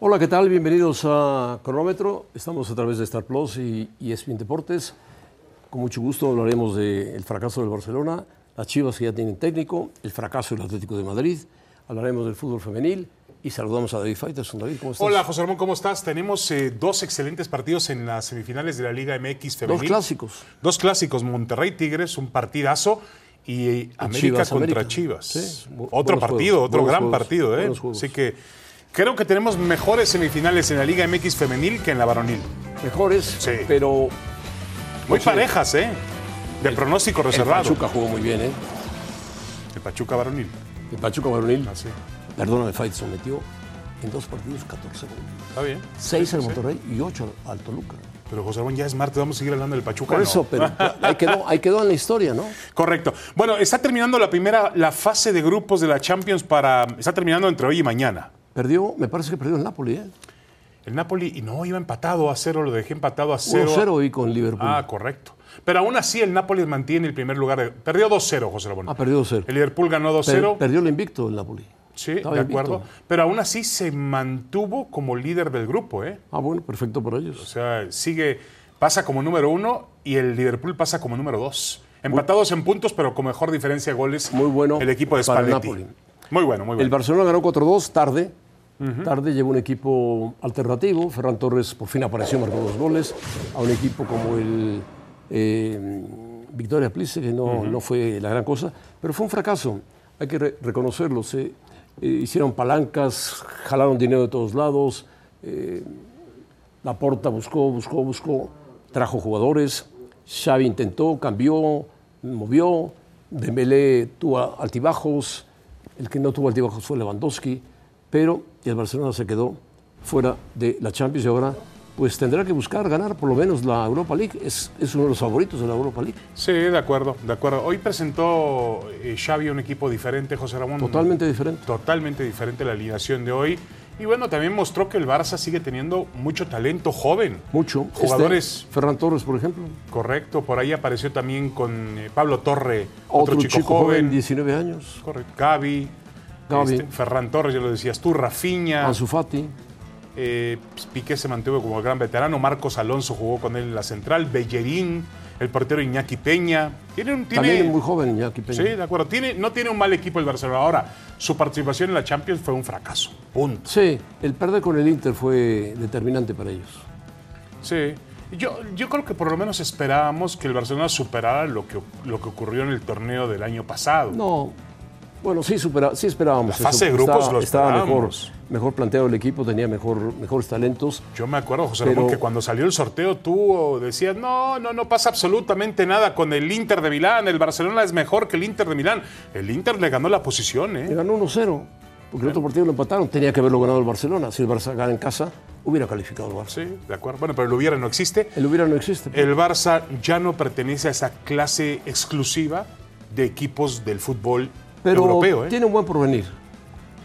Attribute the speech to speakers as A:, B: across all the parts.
A: Hola, ¿qué tal? Bienvenidos a Cronómetro. Estamos a través de Star Plus y E ESPN Deportes. Con mucho gusto hablaremos del fracaso del Barcelona, las Chivas que ya tienen técnico, el fracaso del Atlético de Madrid, hablaremos del fútbol femenil y saludamos a David Faitelson. David, ¿cómo estás?
B: Hola José Ramón, ¿cómo estás? Tenemos eh, dos excelentes partidos en las semifinales de la Liga MX femenil.
A: Dos clásicos.
B: Dos clásicos, Monterrey Tigres, un partidazo y eh, América
A: Chivas,
B: contra
A: América.
B: Chivas.
A: Sí, bu-
B: Otro
A: buenos
B: partido,
A: juegos,
B: otro
A: buenos
B: gran
A: juegos,
B: partido, ¿eh?
A: buenos juegos.
B: Así que creo que tenemos mejores semifinales en la Liga MX femenil que en la varonil.
A: Mejores,
B: Sí.
A: pero
B: Muy
A: Sí.
B: parejas, ¿eh? De pronóstico
A: el
B: reservado.
A: Pachuca jugó muy bien, ¿eh?
B: El Pachuca varonil. Ah,
A: El Pachuca varonil,
B: Así.
A: perdóname, Faitelson metió en dos partidos 14 goles.
B: Está bien.
A: Seis al
B: Sí.
A: Monterrey y ocho al Toluca.
B: Pero José Ramón, ya es martes, vamos a seguir hablando del Pachuca.
A: Por
B: ¿no?
A: eso, pero ahí quedó, ahí quedó en la historia, ¿no?
B: Correcto. Bueno, está terminando la primera, la fase de grupos de la Champions para. Está terminando entre hoy y mañana.
A: Perdió, me parece que perdió el Napoli, ¿eh?
B: El Napoli, y no, iba empatado a cero, lo dejé empatado a cero.
A: 1-0 y con Liverpool.
B: Ah, correcto. Pero aún así el Napoli mantiene el primer lugar. de- Perdió 2-0, José Ramón.
A: Ah, perdió 2-0.
B: El Liverpool ganó 2-0.
A: Per- perdió el invicto el Napoli.
B: Sí,
A: Estaba
B: de
A: invicto.
B: acuerdo. Pero aún así se mantuvo como líder del grupo, ¿eh?
A: Ah, bueno, perfecto por
B: O
A: ellos.
B: sea, sigue, pasa como número uno y el Liverpool pasa como número dos. Empatados en puntos, pero con mejor diferencia de goles.
A: Muy bueno
B: El equipo de
A: para el
B: Spalletti.
A: Napoli.
B: Muy bueno, muy
A: El
B: bueno.
A: Barcelona ganó 4-2 tarde. Tarde llegó un equipo alternativo. Ferran Torres por fin apareció, marcó dos goles. A un equipo como el eh, Victoria Plice, que no, no fue la gran cosa. Pero fue un fracaso. Hay que re- reconocerlo. Se, eh, hicieron palancas, jalaron dinero de todos lados. La Porta buscó, buscó, buscó, trajo jugadores. Xavi intentó, cambió, movió. Dembélé tuvo altibajos. El que no tuvo altibajos fue Lewandowski. Pero el Barcelona se quedó fuera de la Champions y ahora pues tendrá que buscar ganar por lo menos la Europa League. Es, es uno de los favoritos de la Europa League.
B: Sí, de acuerdo, de acuerdo. Hoy presentó eh, Xavi un equipo diferente, José Ramón.
A: Totalmente diferente.
B: Totalmente diferente la alineación de hoy. Y bueno, también mostró que el Barça sigue teniendo mucho talento joven.
A: Mucho. Este,
B: Jugadores.
A: Ferran Torres, por ejemplo.
B: Correcto, por ahí apareció también con eh, Pablo Torre,
A: Otro, chico, joven, 19 años.
B: Correcto. Gaby,
A: Gaby. Ah,
B: este, Ferran Torres, ya lo decías tú, Rafinha,
A: Ansu Fati.
B: eh, Piqué se mantuvo como el gran veterano, Marcos Alonso jugó con él en la central, Bellerín, el portero Iñaki Peña. Tiene un tiene,
A: También muy joven, Jackie Peña.
B: Sí, de acuerdo. Tiene, no tiene un mal equipo el Barcelona. Ahora, su participación en la Champions fue un fracaso. Punto.
A: Sí, el perder con el Inter fue determinante para ellos.
B: Sí. Yo, yo creo que por lo menos esperábamos que el Barcelona superara lo que, lo que ocurrió en el torneo del año pasado.
A: No, bueno, sí, supera- sí esperábamos.
B: La fase de grupos
A: Estaba-
B: lo
A: estaba mejor,
B: esperábamos.
A: mejor planteado el equipo, tenía mejor, mejores talentos.
B: Yo me acuerdo, José
A: Pero-
B: Ramón, que cuando salió el sorteo tú decías, no, no, no pasa absolutamente nada con el Inter de Milán, el Barcelona es mejor que el Inter de Milán. El Inter le ganó la posición,
A: Le
B: ¿eh?
A: ganó 1-0, porque el otro partido lo empataron. Tenía que haberlo ganado el Barcelona. Si el Barça gana en casa, hubiera calificado el Barça.
B: Sí, de acuerdo. Bueno, pero el hubiera no existe.
A: El hubiera no existe.
B: El Barça ya no pertenece a esa clase exclusiva de equipos del fútbol
A: pero
B: europeo, ¿eh?
A: tiene un buen porvenir.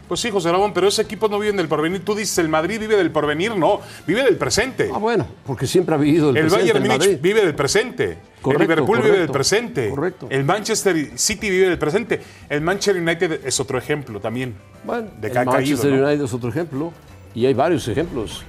B: Pues sí, José Ramón, pero ese equipo no vive del porvenir. Tú dices, el Madrid vive del porvenir, no, vive del presente.
A: Ah, bueno, porque siempre ha vivido el,
B: El
A: presente,
B: Bayern
A: el
B: Múnich
A: Madrid.
B: vive del presente.
A: Correcto,
B: el Liverpool vive
A: correcto,
B: del presente.
A: correcto.
B: El Manchester City vive del presente. El Manchester United es otro ejemplo también.
A: Bueno,
B: de que
A: el
B: ha caído,
A: Manchester
B: ¿no?
A: United es otro ejemplo, y hay varios ejemplos.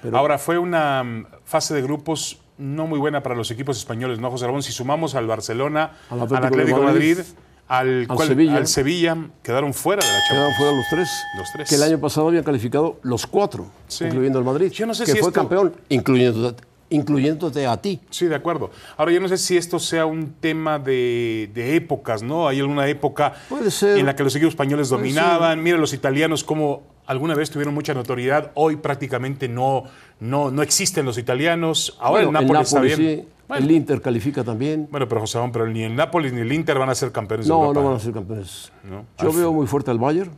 A: Pero-
B: Ahora fue una mm, fase de grupos no muy buena para los equipos españoles, ¿no, José Ramón? Si sumamos al Barcelona,
A: Al
B: al
A: Atlético
B: Atlético,
A: de
B: de
A: Madrid,
B: Madrid, al,
A: al
B: ¿cuál?
A: Sevilla.
B: al Sevilla, quedaron fuera de la Champions.
A: Quedaron fuera los tres.
B: Los tres.
A: Que el año pasado habían calificado los cuatro,
B: Sí.
A: incluyendo al Madrid.
B: Yo no sé
A: que
B: si
A: fue
B: esto-
A: campeón, incluyéndote, incluyéndote a ti.
B: Sí, de acuerdo. Ahora yo no sé si esto sea un tema de, de épocas, ¿no? Hay alguna época
A: Puede ser.
B: en la que los equipos españoles
A: Puede
B: dominaban. Mira, los italianos como alguna vez tuvieron mucha notoriedad, hoy prácticamente no, no, no existen los italianos. Ahora
A: Bueno,
B: el Ah, Napoli está bien.
A: sí,
B: Bueno,
A: el Inter califica también.
B: bueno, pero José Ramón, pero ni el Nápoles ni el Inter van a ser campeones de
A: No,
B: Europa.
A: no van a ser campeones.
B: No.
A: Yo
B: Al-
A: veo muy fuerte al Bayern,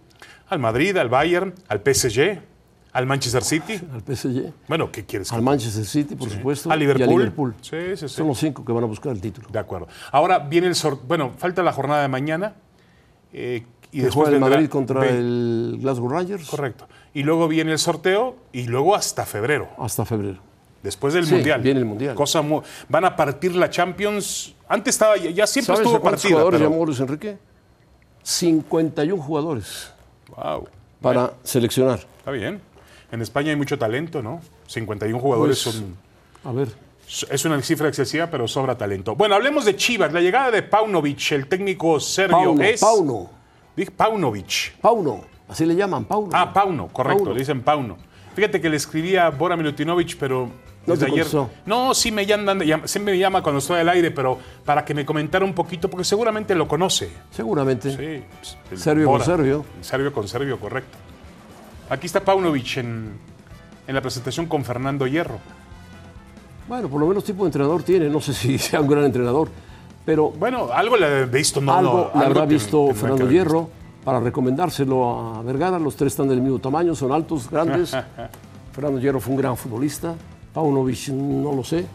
B: Al Madrid, al Bayern, al PSG, al Manchester City.
A: al PSG,
B: Bueno, ¿qué quieres?
A: al Manchester City, por supuesto,
B: Al
A: y
B: Liverpool.
A: al Liverpool.
B: Sí, sí, sí.
A: Son los cinco que van a buscar el título.
B: De acuerdo. Ahora viene el sorteo. Bueno, falta la jornada de mañana. eh, y
A: Que
B: después
A: juega el
B: vendrá-
A: Madrid contra
B: ve-
A: el Glasgow Rangers
B: Correcto. Y luego viene el sorteo y luego hasta febrero,
A: hasta febrero.
B: después del
A: Sí,
B: Mundial.
A: viene el Mundial.
B: Cosa mu- Van a partir la Champions. Antes estaba, ya, ya siempre
A: ¿Sabes a
B: estuvo
A: cuántos
B: partida.
A: jugadores
B: pero-
A: llamó Luis Enrique? 51 jugadores
B: Guau,
A: para seleccionar.
B: está bien. En España hay mucho talento, ¿no? 51 jugadores
A: Pues,
B: son...
A: A ver,
B: Es una cifra excesiva, pero sobra talento. Bueno, hablemos de Chivas. La llegada de Paunovic, el técnico serbio,
A: Pauno,
B: es...
A: Pauno,
B: Dije Paunovic.
A: Pauno, así le llaman, Pauno.
B: Ah, Pauno, correcto,
A: Pauno.
B: le dicen Pauno. Fíjate que le escribía a Bora Milutinovic, pero
A: te
B: desde ayer.
A: contestó.
B: No, sí me llaman, llam- sí me llama cuando estoy al aire, pero para que me comentara un poquito, porque seguramente lo conoce.
A: Seguramente.
B: Sí. pues, el
A: Serbio con serbio.
B: Serbio con serbio, correcto. Aquí está Paunovic en, en la presentación con Fernando Hierro.
A: Bueno, por lo menos tipo de entrenador tiene, no sé si sea un gran entrenador, pero
B: Bueno, algo le he visto, no,
A: algo
B: no,
A: le habrá
B: algo te-
A: visto
B: tendrá que
A: Fernando
B: haber
A: Hierro para recomendárselo a Vergara. Los tres están del mismo tamaño, son altos, grandes. Fernando Hierro fue un gran futbolista. Paunovic no lo sé.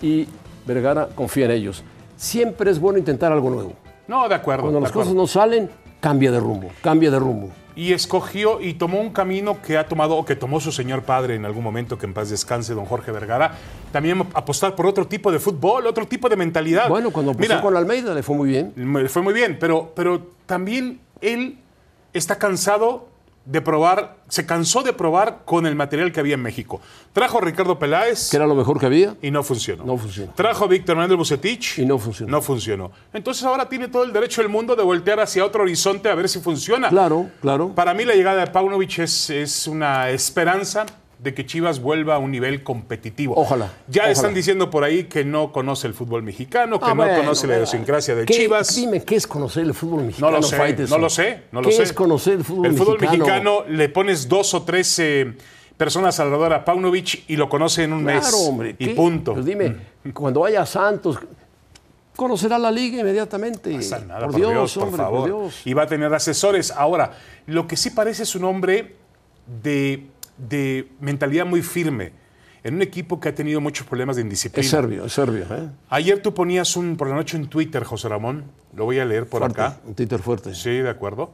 A: Y Vergara confía en ellos. Siempre es bueno intentar algo nuevo.
B: visto. No, de acuerdo.
A: Cuando
B: de
A: las
B: acuerdo.
A: cosas no salen, cambia de rumbo, cambia de rumbo.
B: y escogió y tomó un camino que ha tomado o que tomó su señor padre en algún momento, que en paz descanse, don Jorge Vergara, también apostar por otro tipo de fútbol, otro tipo de mentalidad.
A: Bueno, cuando empezó
B: Ah, Mira,
A: con Almeida le fue muy bien.
B: me- fue muy bien, pero, pero también él está cansado de probar, se cansó de probar con el material que había en México. Trajo a Ricardo Peláez
A: que era lo mejor que había.
B: y no funcionó.
A: No funcionó.
B: Trajo a Víctor Manuel Bucetich
A: Y no funcionó.
B: No funcionó. Entonces ahora tiene todo el derecho del mundo de voltear hacia otro horizonte a ver si funciona.
A: Claro, claro.
B: Para mí la llegada de Paunovic es, es una esperanza de que Chivas vuelva a un nivel competitivo.
A: Ojalá,
B: Ya
A: ojalá.
B: están diciendo por ahí que no conoce el fútbol mexicano, que
A: Ah,
B: no
A: bueno,
B: conoce la
A: bueno.
B: idiosincrasia de
A: ¿Qué-
B: Chivas.
A: Dime, ¿qué es conocer el fútbol
B: no
A: mexicano?
B: lo sé,
A: Faitelson?
B: no lo sé, no lo
A: ¿Qué
B: sé.
A: es conocer el fútbol mexicano?
B: mexicano le pones dos o tres eh, personas alrededor a Paunovic y lo conoce en un mes.
A: Claro, hombre.
B: y
A: ¿qué?
B: punto.
A: Pero dime, cuando vaya Santos, conocerá la liga inmediatamente.
B: pasa nada,
A: por, Dios, hombre,
B: por favor.
A: por Dios.
B: Y va a tener asesores. Ahora, lo que sí parece es un hombre de, de mentalidad muy firme en un equipo que ha tenido muchos problemas de indisciplina.
A: Es serbio, es serbio. ¿eh?
B: Ayer tú ponías un por la noche en Twitter, José Ramón. Lo voy a leer por
A: Fuerte,
B: acá.
A: un títer fuerte.
B: Sí, de acuerdo.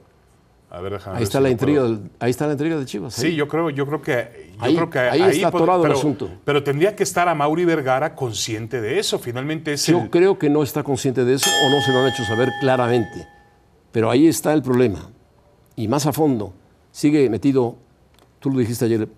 B: A ver, déjame
A: ahí
B: ver
A: está
B: si
A: la
B: lo
A: intriga,
B: puedo-
A: del- ahí está la intriga de Chivas.
B: Sí, yo creo, yo creo que yo
A: Ahí-
B: creo que
A: ahí está
B: pod-
A: atorado el
B: pero-
A: asunto.
B: Pero tendría que estar a Mauri Vergara consciente de eso. Finalmente es
A: Yo
B: el-
A: creo que no está consciente de eso o no se lo han hecho saber claramente. Pero ahí está el problema. Y más a fondo, sigue metido, tú lo dijiste ayer,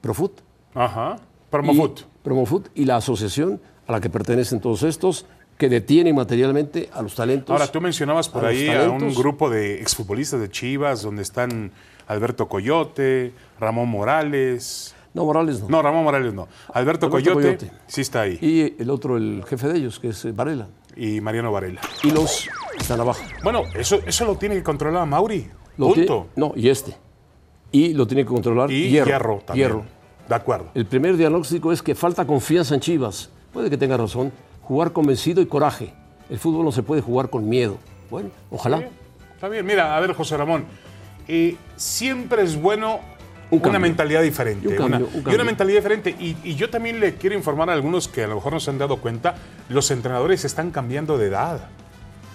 A: Profut.
B: Ajá.
A: y-
B: Promofoot.
A: Promofoot y la asociación a la que pertenecen todos estos, que detienen materialmente a los talentos.
B: Ahora, tú mencionabas por
A: a los
B: ahí a un
A: talentos.
B: grupo de exfutbolistas de Chivas, donde están Alberto Coyote, Ramón Morales.
A: No, Morales no.
B: No, Ramón Morales no. Alberto,
A: Alberto
B: Coyote,
A: Coyote.
B: sí está ahí.
A: Y el otro, el jefe de ellos, que es eh, Varela.
B: Y, Mariano Varela.
A: Y los que están abajo.
B: Bueno, eso, eso lo tiene que controlar Mauri.
A: Lo
B: punto.
A: tiene- no, y este. Y lo tiene que controlar
B: Y
A: Hierro.
B: Hierro, también.
A: Hierro.
B: De acuerdo.
A: El primer diagnóstico es que falta confianza en Chivas. Puede que tenga razón. Jugar convencido y coraje. El fútbol no se puede jugar con miedo. Bueno, ojalá.
B: Está bien, Está bien. Mira, a ver, José Ramón. eh, siempre es bueno
A: Un
B: una
A: cambio.
B: mentalidad diferente.
A: Y un cambio,
B: una,
A: un
B: y una
A: cambio.
B: mentalidad diferente. Y, y yo también le quiero informar a algunos que a lo mejor no se han dado cuenta, los entrenadores están cambiando de edad.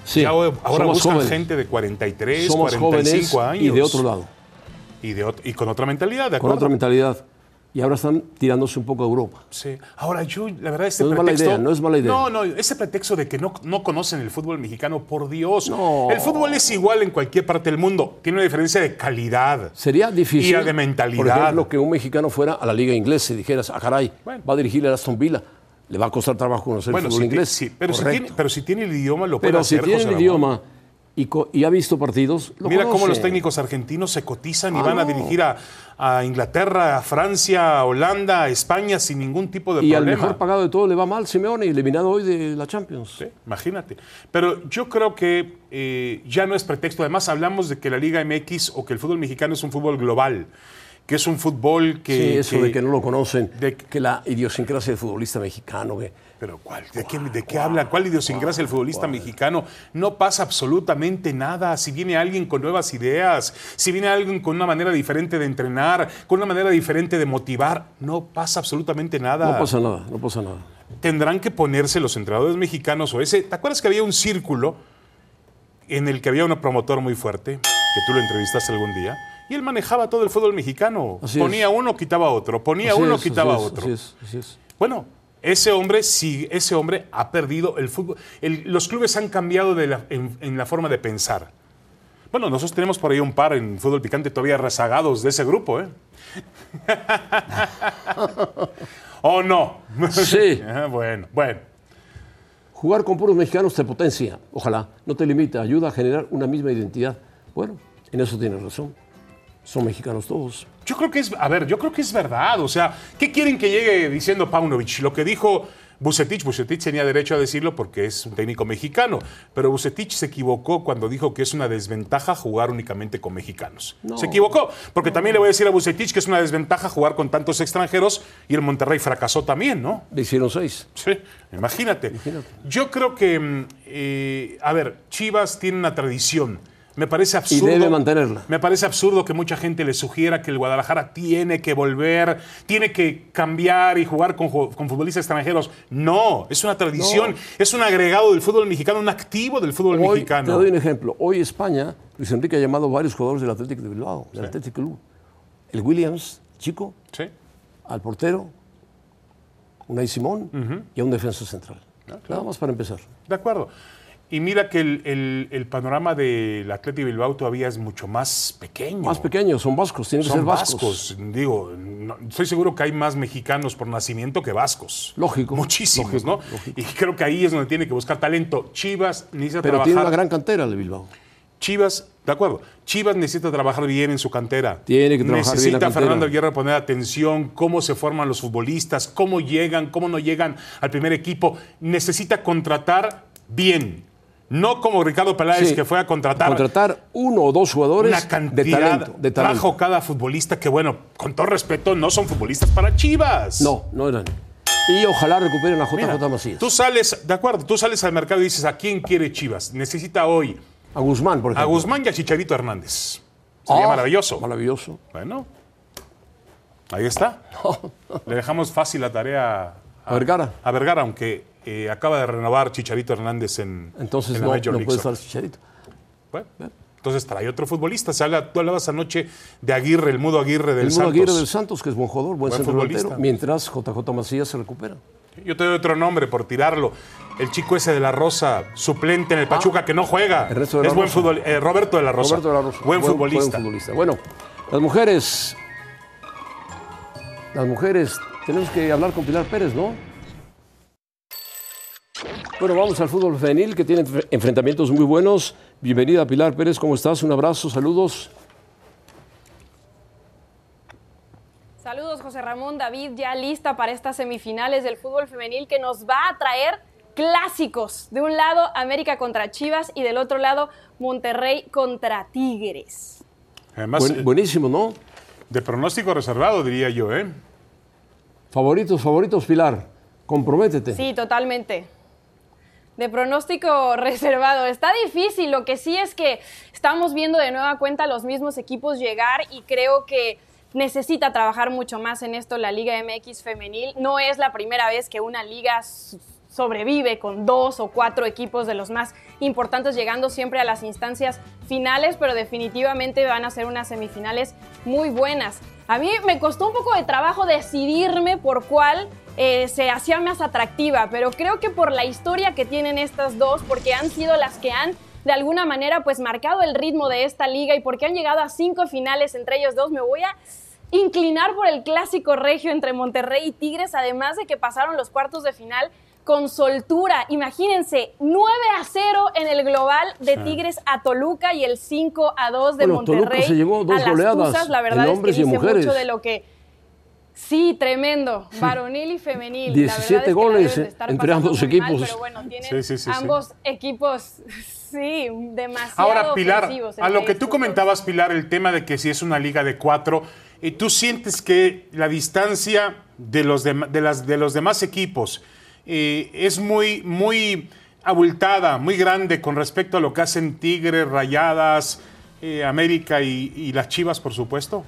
A: Sí,
B: Ya ahora ahora
A: somos
B: buscan
A: jóvenes.
B: gente de 43,
A: Somos
B: 45
A: jóvenes
B: años.
A: y de otro lado,
B: Y, de ot- y con otra mentalidad, ¿de
A: con
B: acuerdo?
A: otra mentalidad. Y ahora están tirándose un poco a Europa.
B: Sí. Ahora, yo, la verdad, este
A: No es mala
B: pretexto.
A: idea, no es mala idea.
B: No, no, ese pretexto de que no, no conocen el fútbol mexicano, por Dios.
A: No.
B: El fútbol es igual en cualquier parte del mundo. Tiene una diferencia de calidad.
A: Sería difícil.
B: de mentalidad.
A: Por ejemplo, que un mexicano fuera a la liga inglesa y dijeras, ah, caray,
B: Bueno.
A: va a dirigir el Aston Villa. Le va a costar trabajo conocer
B: Bueno,
A: el fútbol
B: si ti-
A: inglés.
B: sí, pero, si
A: Correcto.
B: tiene, pero si tiene el idioma, lo puede
A: Pero si
B: hacer.
A: tiene
B: José
A: el
B: Ramón.
A: idioma y, co- y ha visto partidos, lo
B: Mira cómo
A: conoce.
B: los técnicos argentinos se cotizan y
A: Ah,
B: van a
A: no.
B: dirigir a, a Inglaterra, a Francia, a Holanda, a España sin ningún tipo de
A: Y al
B: problema.
A: mejor pagado de todo le va mal, Simeone, eliminado hoy de la Champions.
B: Sí, imagínate. Pero yo creo que eh, ya no es pretexto. Además, hablamos de que la Liga MX o que el fútbol mexicano es un fútbol global, que es un fútbol que.
A: Sí, eso de que no lo conocen,
B: de-
A: que la idiosincrasia del futbolista mexicano. que-
B: Pero ¿cuál? ¿De qué, de qué habla? ¿Cuál idiosincrasia el futbolista mexicano? No pasa absolutamente nada. Si viene alguien con nuevas ideas, si viene alguien con una manera diferente de entrenar, con una manera diferente de motivar, no pasa absolutamente nada.
A: No pasa nada, no pasa nada.
B: tendrán que ponerse los entrenadores mexicanos o ese. ¿Te acuerdas que había un círculo en el que había un promotor muy fuerte, que tú lo entrevistaste algún día? Y él manejaba todo el fútbol mexicano.
A: Así
B: ponía
A: es.
B: uno, quitaba otro. Ponía
A: Así
B: uno,
A: es, así
B: quitaba
A: es,
B: otro.
A: así es, así es.
B: Bueno, ese hombre sí, ese hombre ha perdido el fútbol. El- los clubes han cambiado de la- en, en la forma de pensar. Bueno, nosotros tenemos por ahí un par en fútbol picante todavía rezagados de ese grupo, ¿eh? ¿O no?
A: Sí.
B: Ah, bueno, bueno.
A: Jugar con puros mexicanos te potencia, ojalá, no te limita, ayuda a generar una misma identidad. Bueno, en eso tienes razón. Son mexicanos todos.
B: Yo creo que es, a ver, yo creo que es verdad. O sea, ¿qué quieren que llegue diciendo Paunovic? Lo que dijo Bucetich, Bucetich tenía derecho a decirlo porque es un técnico mexicano, pero Bucetich se equivocó cuando dijo que es una desventaja jugar únicamente con mexicanos.
A: No.
B: Se equivocó, porque también le voy a decir a Bucetich que es una desventaja jugar con tantos extranjeros y el Monterrey fracasó también, ¿no?
A: Le hicieron seis.
B: Sí, imagínate.
A: Imagínate.
B: Yo creo que, mm, eh, a ver, Chivas tiene una tradición. Me
A: Y
B: parece absurdo.
A: debe mantenerla.
B: Me parece absurdo que mucha gente le sugiera que el Guadalajara tiene que volver, tiene que cambiar y jugar con, ju- con futbolistas extranjeros. No, es una tradición, es un agregado del fútbol mexicano, un activo del fútbol
A: Hoy, te
B: mexicano.
A: doy un ejemplo. Hoy España, Luis Enrique ha llamado varios jugadores del Atlético de Bilbao, del Atlético Club. El Williams, chico,
B: Sí,
A: al portero, Unai Simón y a un defensa central.
B: Ah,
A: Nada más para empezar.
B: de acuerdo. Y mira que el, el- el panorama del Atlético Bilbao todavía es mucho más pequeño.
A: Más pequeños, son vascos, tienen que
B: Son
A: ser vascos.
B: vascos. Digo, no- estoy seguro que hay más mexicanos por nacimiento que vascos.
A: Lógico.
B: Muchísimos,
A: Lógico,
B: ¿no? Y creo que ahí es donde tiene que buscar talento. Chivas necesita
A: Pero tiene
B: trabajar.
A: una gran cantera el de Bilbao.
B: Chivas, de acuerdo. Chivas necesita trabajar bien en su cantera.
A: Tiene que trabajar bien
B: necesita
A: la cantera.
B: Fernando Aguirre poner atención, cómo se forman los futbolistas, cómo llegan, cómo no llegan al primer equipo. Necesita contratar bien. No como Ricardo Peláez
A: Sí.
B: que fue a contratar
A: Contratar uno o dos jugadores
B: una cantidad
A: de talento. De talento.
B: trajo cada futbolista que bueno, con todo respeto, no son futbolistas para Chivas.
A: No, no eran. Y ojalá recuperen a JJ
B: Mira,
A: Macías.
B: tú sales, de acuerdo, tú sales al mercado y dices, ¿a quién quiere Chivas? Necesita hoy
A: A Guzmán, por
B: a
A: ejemplo.
B: Guzmán y a Chicharito Hernández. Sería
A: Ah,
B: maravilloso.
A: Maravilloso.
B: Bueno, ahí está. Le dejamos fácil la tarea
A: A Vergara.
B: a Vergara, aunque eh, acaba de renovar Chicharito Hernández en,
A: Entonces
B: en
A: no,
B: la Major
A: no
B: League
A: puede
B: Soccer.
A: estar Chicharito.
B: Bueno, entonces trae otro futbolista. Se habla, tú hablabas anoche de Aguirre, el mudo Aguirre del
A: El Mudo
B: Santos.
A: Aguirre del Santos, que es buen jugador, buen,
B: Buen
A: centro
B: futbolista.
A: delantero, mientras JJ Macías se recupera.
B: Yo te doy otro nombre por tirarlo. El chico ese de la Rosa, suplente en el Pachuca, que no juega.
A: Ah. Ernesto de la
B: es buen
A: Rosa.
B: futbolista. Roberto de la Rosa.
A: Roberto de la Rosa,
B: Buen, futbolista.
A: buen Bueno, las mujeres. Las mujeres, tenemos que hablar con Pilar Pérez, ¿no? Bueno, vamos al fútbol femenil que tiene enf- enfrentamientos muy buenos. Bienvenida Pilar Pérez, ¿cómo estás? Un abrazo, saludos.
C: Saludos, José Ramón, David, ya lista para estas semifinales del fútbol femenil que nos va a traer clásicos. De un lado, América contra Chivas y del otro lado, Monterrey contra Tigres.
B: Además,
A: Buen-
B: eh,
A: buenísimo, ¿no?
B: de pronóstico reservado, diría yo, ¿eh?
A: Favoritos, favoritos, Pilar. Comprométete.
C: Sí, totalmente. De pronóstico reservado. Está difícil, lo que sí es que estamos viendo de nueva cuenta los mismos equipos llegar y creo que necesita trabajar mucho más en esto la Liga MX femenil. No es la primera vez que una liga s- sobrevive con dos o cuatro equipos de los más importantes llegando siempre a las instancias finales, pero definitivamente van a ser unas semifinales muy buenas. A mí me costó un poco de trabajo decidirme por cuál eh, se hacía más atractiva, pero creo que por la historia que tienen estas dos, porque han sido las que han de alguna manera pues marcado el ritmo de esta liga y porque han llegado a cinco finales entre ellos dos, me voy a inclinar por el clásico regio entre Monterrey y Tigres, además de que pasaron los cuartos de final con soltura. Imagínense, 9 a 0 en el global de Tigres a Toluca y el 5 a 2 de
A: Bueno,
C: Monterrey.
A: Toluca se llevó dos
C: a las
A: goleadas
C: Tuzas. La
A: en
C: verdad es que
A: hombres y
C: dice
A: en mujeres.
C: mucho de lo que Sí, tremendo, varonil y femenil.
A: 17
C: La verdad es que la
A: goles,
C: deben de
A: eh,
C: estar
A: entre
C: pasando
A: ambos
C: muy mal,
A: equipos.
C: pero bueno, tienen
B: Sí, sí, sí, sí.
C: ambos equipos, sí, demasiado
B: Ahora, Pilar,
C: ofensivos
B: a
C: entre
B: lo que tú
C: estos
B: comentabas, Pilar, el tema de que si es una liga de cuatro, eh, ¿tú sientes que la distancia de los, dem- de las, de los demás equipos eh, es muy, muy abultada, muy grande con respecto a lo que hacen Tigres, Rayadas, eh, América y, y las Chivas, por supuesto?
C: dos.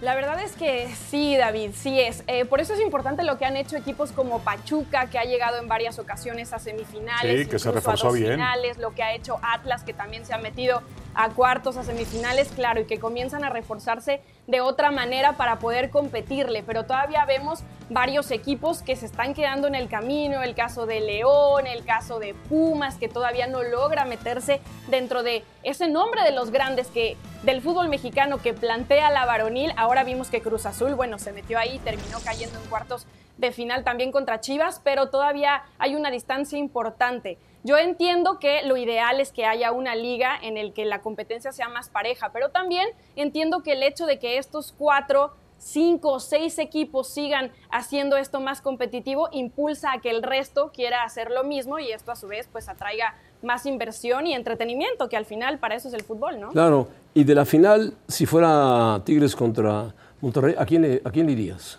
C: La verdad es que sí, David, sí es. Eh, por eso es importante lo que han hecho equipos como Pachuca, que ha llegado en varias ocasiones a semifinales,
B: Sí, que se
C: incluso
B: reforzó
C: a dos
B: bien.
C: finales, lo que ha hecho Atlas, que también se ha metido a cuartos, a semifinales, claro, y que comienzan a reforzarse de otra manera para poder competirle. Pero todavía vemos varios equipos que se están quedando en el camino, el caso de León, el caso de Pumas, que todavía no logra meterse dentro de ese nombre de los grandes que del fútbol mexicano que plantea la varonil. Ahora vimos que Cruz Azul, bueno, se metió ahí, terminó cayendo en cuartos de final también contra Chivas, pero todavía hay una distancia importante. Yo entiendo que lo ideal es que haya una liga en el que la competencia sea más pareja, pero también entiendo que el hecho de que estos cuatro cinco o seis equipos sigan haciendo esto más competitivo, impulsa a que el resto quiera hacer lo mismo y esto a su vez pues atraiga más inversión y entretenimiento, que al final para eso es el fútbol, ¿no?
A: Claro, y de la final, si fuera Tigres contra Monterrey, ¿a quién, le- ¿a quién le irías?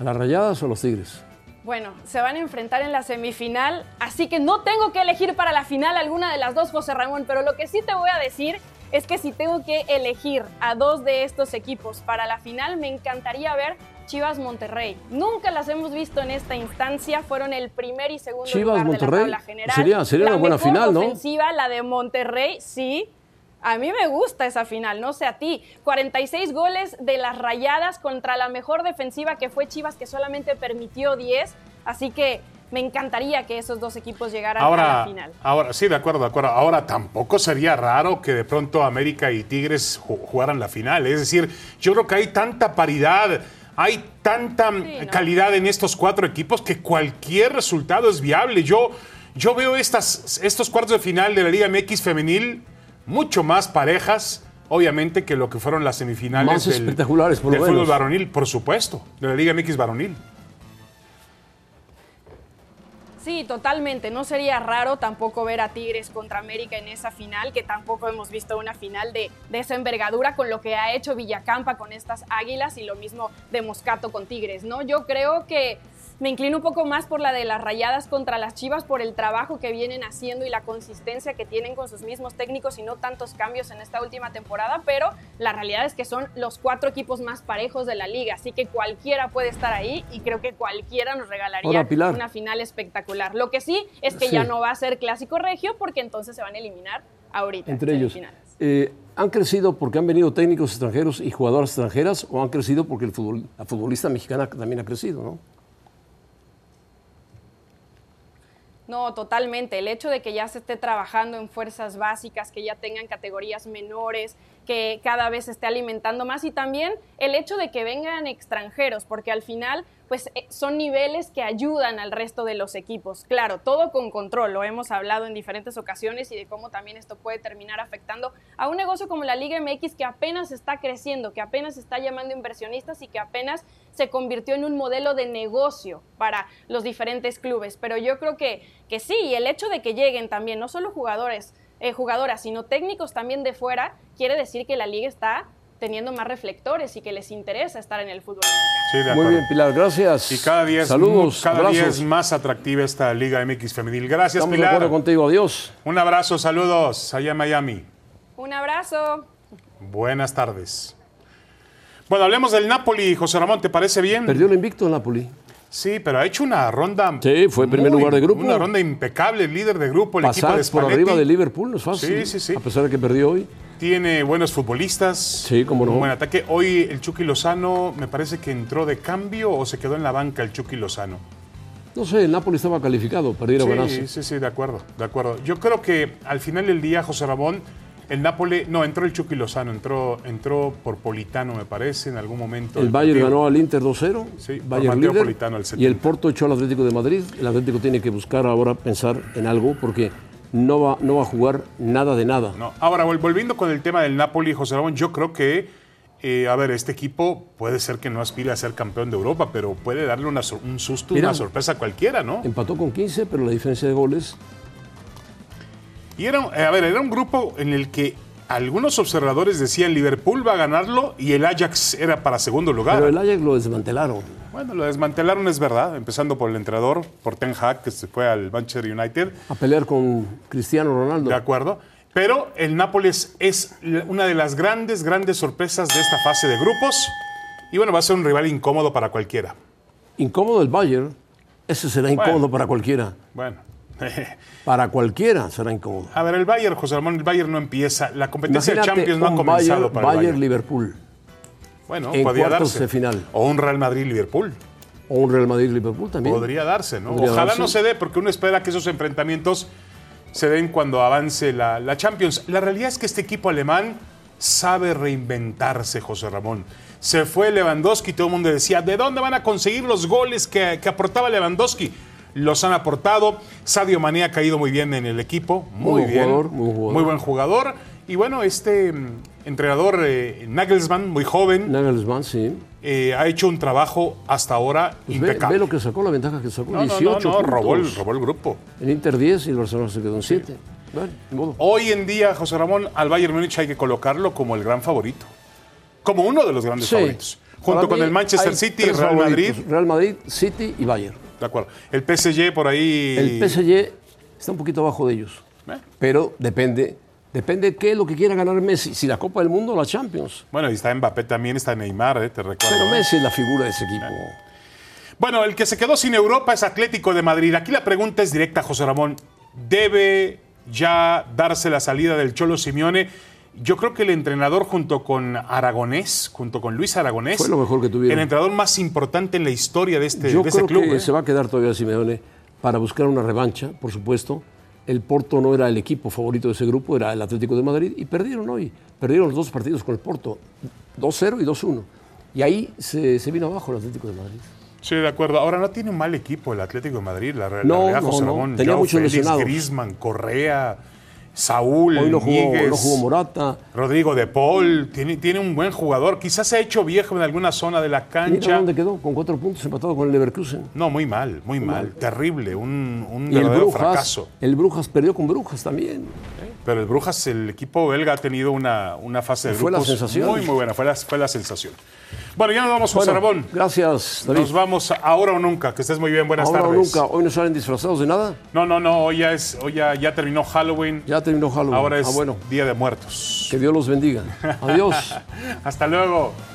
A: ¿A las rayadas o a los Tigres?
C: Bueno, se van a enfrentar en la semifinal, así que no tengo que elegir para la final alguna de las dos, José Ramón, pero lo que sí te voy a decir es que si tengo que elegir a dos de estos equipos para la final, me encantaría ver Chivas Monterrey. Nunca las hemos visto en esta instancia, fueron el primer y segundo
A: Chivas,
C: lugar de
A: Monterrey.
C: la tabla general.
A: Sería- sería
C: La
A: una buena
C: mejor
A: final, ¿no?
C: ofensiva, la de Monterrey, sí. A mí me gusta esa final, no sé a ti. 46 goles de las rayadas contra la mejor defensiva que fue Chivas, que solamente permitió 10. Así que me encantaría que esos dos equipos llegaran a la
B: Ahora,
C: final.
B: ahora, sí, de acuerdo, de acuerdo. Ahora tampoco sería raro que de pronto América y Tigres ju- jugaran la final. Es decir, yo creo que hay tanta paridad, hay tanta
C: ¿no?
B: calidad en estos cuatro equipos que cualquier resultado es viable. Yo, yo veo estas, estos cuartos de final de la Liga MX femenil mucho más parejas, obviamente, que lo que fueron las semifinales
A: Más
B: del,
A: espectaculares, por lo
B: del fútbol
A: menos.
B: varonil, por supuesto, de la Liga MX varonil.
C: Sí, totalmente. No sería raro tampoco ver a Tigres contra América en esa final, que tampoco hemos visto una final de, de esa envergadura con lo que ha hecho Villacampa con estas águilas y lo mismo de Moscato con Tigres, ¿no? Yo creo que me inclino un poco más por la de las rayadas contra las Chivas, por el trabajo que vienen haciendo y la consistencia que tienen con sus mismos técnicos y no tantos cambios en esta última temporada, pero la realidad es que son los cuatro equipos más parejos de la liga, así que cualquiera puede estar ahí y creo que cualquiera nos regalaría
A: Ahora, Pilar.
C: una final espectacular. Lo que sí es que
A: Sí.
C: ya no va a ser clásico regio porque entonces se van a eliminar ahorita.
A: Entre
C: en
A: ellos.
C: semifinales.
A: eh, ¿Han crecido porque han venido técnicos extranjeros y jugadoras extranjeras o han crecido porque el futbol- la futbolista mexicana también ha crecido, no?
C: No, totalmente. El hecho de que ya se esté trabajando en fuerzas básicas, que ya tengan categorías menores, que cada vez se esté alimentando más y también el hecho de que vengan extranjeros, porque al final pues eh, son niveles que ayudan al resto de los equipos. Claro, todo con control, lo hemos hablado en diferentes ocasiones y de cómo también esto puede terminar afectando a un negocio como la Liga MX que apenas está creciendo, que apenas está llamando inversionistas y que apenas se convirtió en un modelo de negocio para los diferentes clubes. Pero yo creo que, que sí, y el hecho de que lleguen también, no solo jugadores, eh, jugadoras, sino técnicos también de fuera, quiere decir que la liga está teniendo más reflectores y que les interesa estar en el fútbol. mexicano.
B: Sí, de
A: Muy
B: acuerdo.
A: bien, Pilar, gracias.
B: Y cada día, es
A: Saludos,
B: mu- cada día
A: abrazos.
B: es más atractiva esta Liga MX femenil. Gracias,
A: Estamos de
B: Pilar.
A: acuerdo contigo, adiós.
B: Un abrazo, saludos allá en Miami.
C: Un abrazo.
B: Buenas tardes. Bueno, hablemos del Napoli, José Ramón, ¿te parece bien?
A: Perdió el invicto en Napoli.
B: Sí, pero ha hecho una ronda.
A: Sí, fue primer lugar de grupo.
B: Una ronda impecable, el líder de grupo, el equipo
A: Pasar
B: de
A: por
B: Spalletti.
A: arriba de Liverpool no es fácil.
B: Sí, sí, sí.
A: A pesar de que perdió hoy.
B: Tiene buenos futbolistas.
A: Sí, cómo no.
B: Un buen ataque. Hoy el Chucky Lozano me parece que entró de cambio o se quedó en la banca el Chucky Lozano.
A: No sé, el Napoli estaba calificado para ir a ganarse.
B: Sí, sí, sí, de acuerdo, de acuerdo. Yo creo que al final del día, José Ramón, el Nápoles, no, entró el Chucky Lozano, entró, entró por Politano, me parece, en algún momento.
A: El
B: del
A: Bayern
B: partido.
A: ganó al Inter 2-0,
B: Sí, por
A: Bayern
B: Mateo
A: líder,
B: Politano al 70.
A: y el Porto echó al Atlético de Madrid. El Atlético tiene que buscar ahora pensar en algo porque no va, no va a jugar nada de nada.
B: No. Ahora, vol- volviendo con el tema del Napoli, José Ramón, yo creo que, eh, a ver, este equipo puede ser que no aspire a ser campeón de Europa, pero puede darle una sor- un susto,
A: Mira. Em-,
B: una sorpresa a cualquiera, ¿no?
A: Empató con 15, pero la diferencia de goles
B: Y era, eh, a ver, era un grupo en el que algunos observadores decían Liverpool va a ganarlo y el Ajax era para segundo lugar.
A: Pero el Ajax lo desmantelaron.
B: Bueno, lo desmantelaron, es verdad, empezando por el entrenador, por Ten Hag, que se fue al Manchester United,
A: A pelear con Cristiano Ronaldo.
B: ¿de acuerdo? Pero el Nápoles es la- una de las grandes, grandes sorpresas de esta fase de grupos. Y bueno, va a ser un rival incómodo para cualquiera.
A: Incómodo el Bayern, ese será incómodo
B: Bueno.
A: para cualquiera.
B: Bueno.
A: Para cualquiera será incómodo.
B: A ver, el Bayern, José Ramón, el Bayern no empieza. La competencia de
A: Imagínate
B: Este Champions no ha
A: un
B: comenzado
A: Bayern-
B: para el Bayern.
A: Bayern-Liverpool
B: Bueno,
A: en
B: podría
A: cuartos
B: darse.
A: de final.
B: O un Real Madrid-Liverpool.
A: o un Real Madrid-Liverpool también.
B: Podría darse, ¿no?
A: Podría
B: Ojalá
A: darse.
B: no se dé, porque uno espera que esos enfrentamientos se den cuando avance la, la Champions. La realidad es que este equipo alemán sabe reinventarse, José Ramón. Se fue Lewandowski y todo el mundo decía, ¿de dónde van a conseguir los goles que, que aportaba Lewandowski? Los han aportado. Sadio Mané ha caído muy bien en el equipo.
A: Muy
B: Muy,
A: buen
B: bien.
A: jugador, muy buen jugador.
B: Muy buen jugador. Y bueno, este mm, entrenador eh, Nagelsmann, muy joven,
A: Nagelsmann, sí.
B: eh, ha hecho un trabajo hasta ahora
A: Pues ve,
B: impecable.
A: ve lo que sacó, la ventaja que sacó.
B: No, no,
A: 18
B: no, no,
A: puntos.
B: robó el, robó el grupo.
A: El Inter 10 y el Barcelona se quedó en 7. Bueno, ni modo.
B: Hoy en día, José Ramón, al Bayern Múnich hay que colocarlo como el gran favorito. Como uno de los grandes
A: Sí.
B: favoritos. Junto
A: Para
B: con
A: mí
B: el Manchester
A: hay
B: City,
A: tres
B: Real
A: favoritos.
B: Madrid.
A: Real Madrid, City y Bayern.
B: De acuerdo. El PSG por ahí.
A: El PSG está un poquito abajo de ellos.
B: ¿Eh?
A: Pero depende. Depende qué es lo que quiera ganar Messi. Si la Copa del Mundo o la Champions.
B: Bueno, y está Mbappé también, está Neymar, eh, te recuerdo.
A: Pero
B: ¿eh?
A: Messi es la figura de ese equipo.
B: Bueno, el que se quedó sin Europa es Atlético de Madrid. Aquí la pregunta es directa, José Ramón. ¿Debe ya darse la salida del Cholo Simeone? Yo creo que el entrenador junto con Aragonés, junto con Luis Aragonés,
A: Fue lo mejor que tuvieron.
B: El entrenador más importante en la historia de este,
A: Yo
B: de este
A: creo
B: club.
A: que
B: ¿eh?
A: se va a quedar todavía Simeone para buscar una revancha, por supuesto. El Porto no era el equipo favorito de ese grupo, era el Atlético de Madrid y perdieron hoy. Perdieron los dos partidos con el Porto, 2-0 y 2-1. Y ahí se, se vino abajo el Atlético de Madrid.
B: Sí, de acuerdo. Ahora no tiene un mal equipo el Atlético de Madrid, la, re- la
A: No,
B: realidad,
A: no,
B: José
A: no.
B: Ramón.
A: Tenía
B: Joao
A: muchos
B: Félix,
A: lesionados.
B: Griezmann, Correa, Saúl,
A: Hoy no jugó,
B: Ñíguez.
A: no jugó Morata.
B: Rodrigo de Paul tiene, tiene un buen jugador. Quizás se ha hecho viejo en alguna zona de la
A: Mira
B: cancha.
A: dónde quedó, con cuatro puntos empatado con el Leverkusen.
B: No, muy mal, muy mal. Terrible, un, un
A: Y el
B: verdadero
A: Brujas,
B: fracaso.
A: el Brujas perdió con Brujas también.
B: Pero el Brujas, el equipo belga, ha tenido una, una fase de
A: Fue la
B: grupos
A: sensación.
B: muy, muy buena. Fue la, fue la sensación. Bueno, ya nos vamos, José
A: Bueno,
B: Ramón.
A: gracias, David.
B: Nos vamos ahora o nunca. Que estés muy bien. Buenas
A: Ahora o
B: tardes.
A: nunca, hoy no salen disfrazados de nada.
B: No, no, no. Hoy ya, es, hoy ya, ya terminó Halloween.
A: Ya Ah, terminó Halloween.
B: Ahora es
A: Ah, bueno,
B: Día de Muertos.
A: que Dios los bendiga. Adiós.
B: Hasta luego.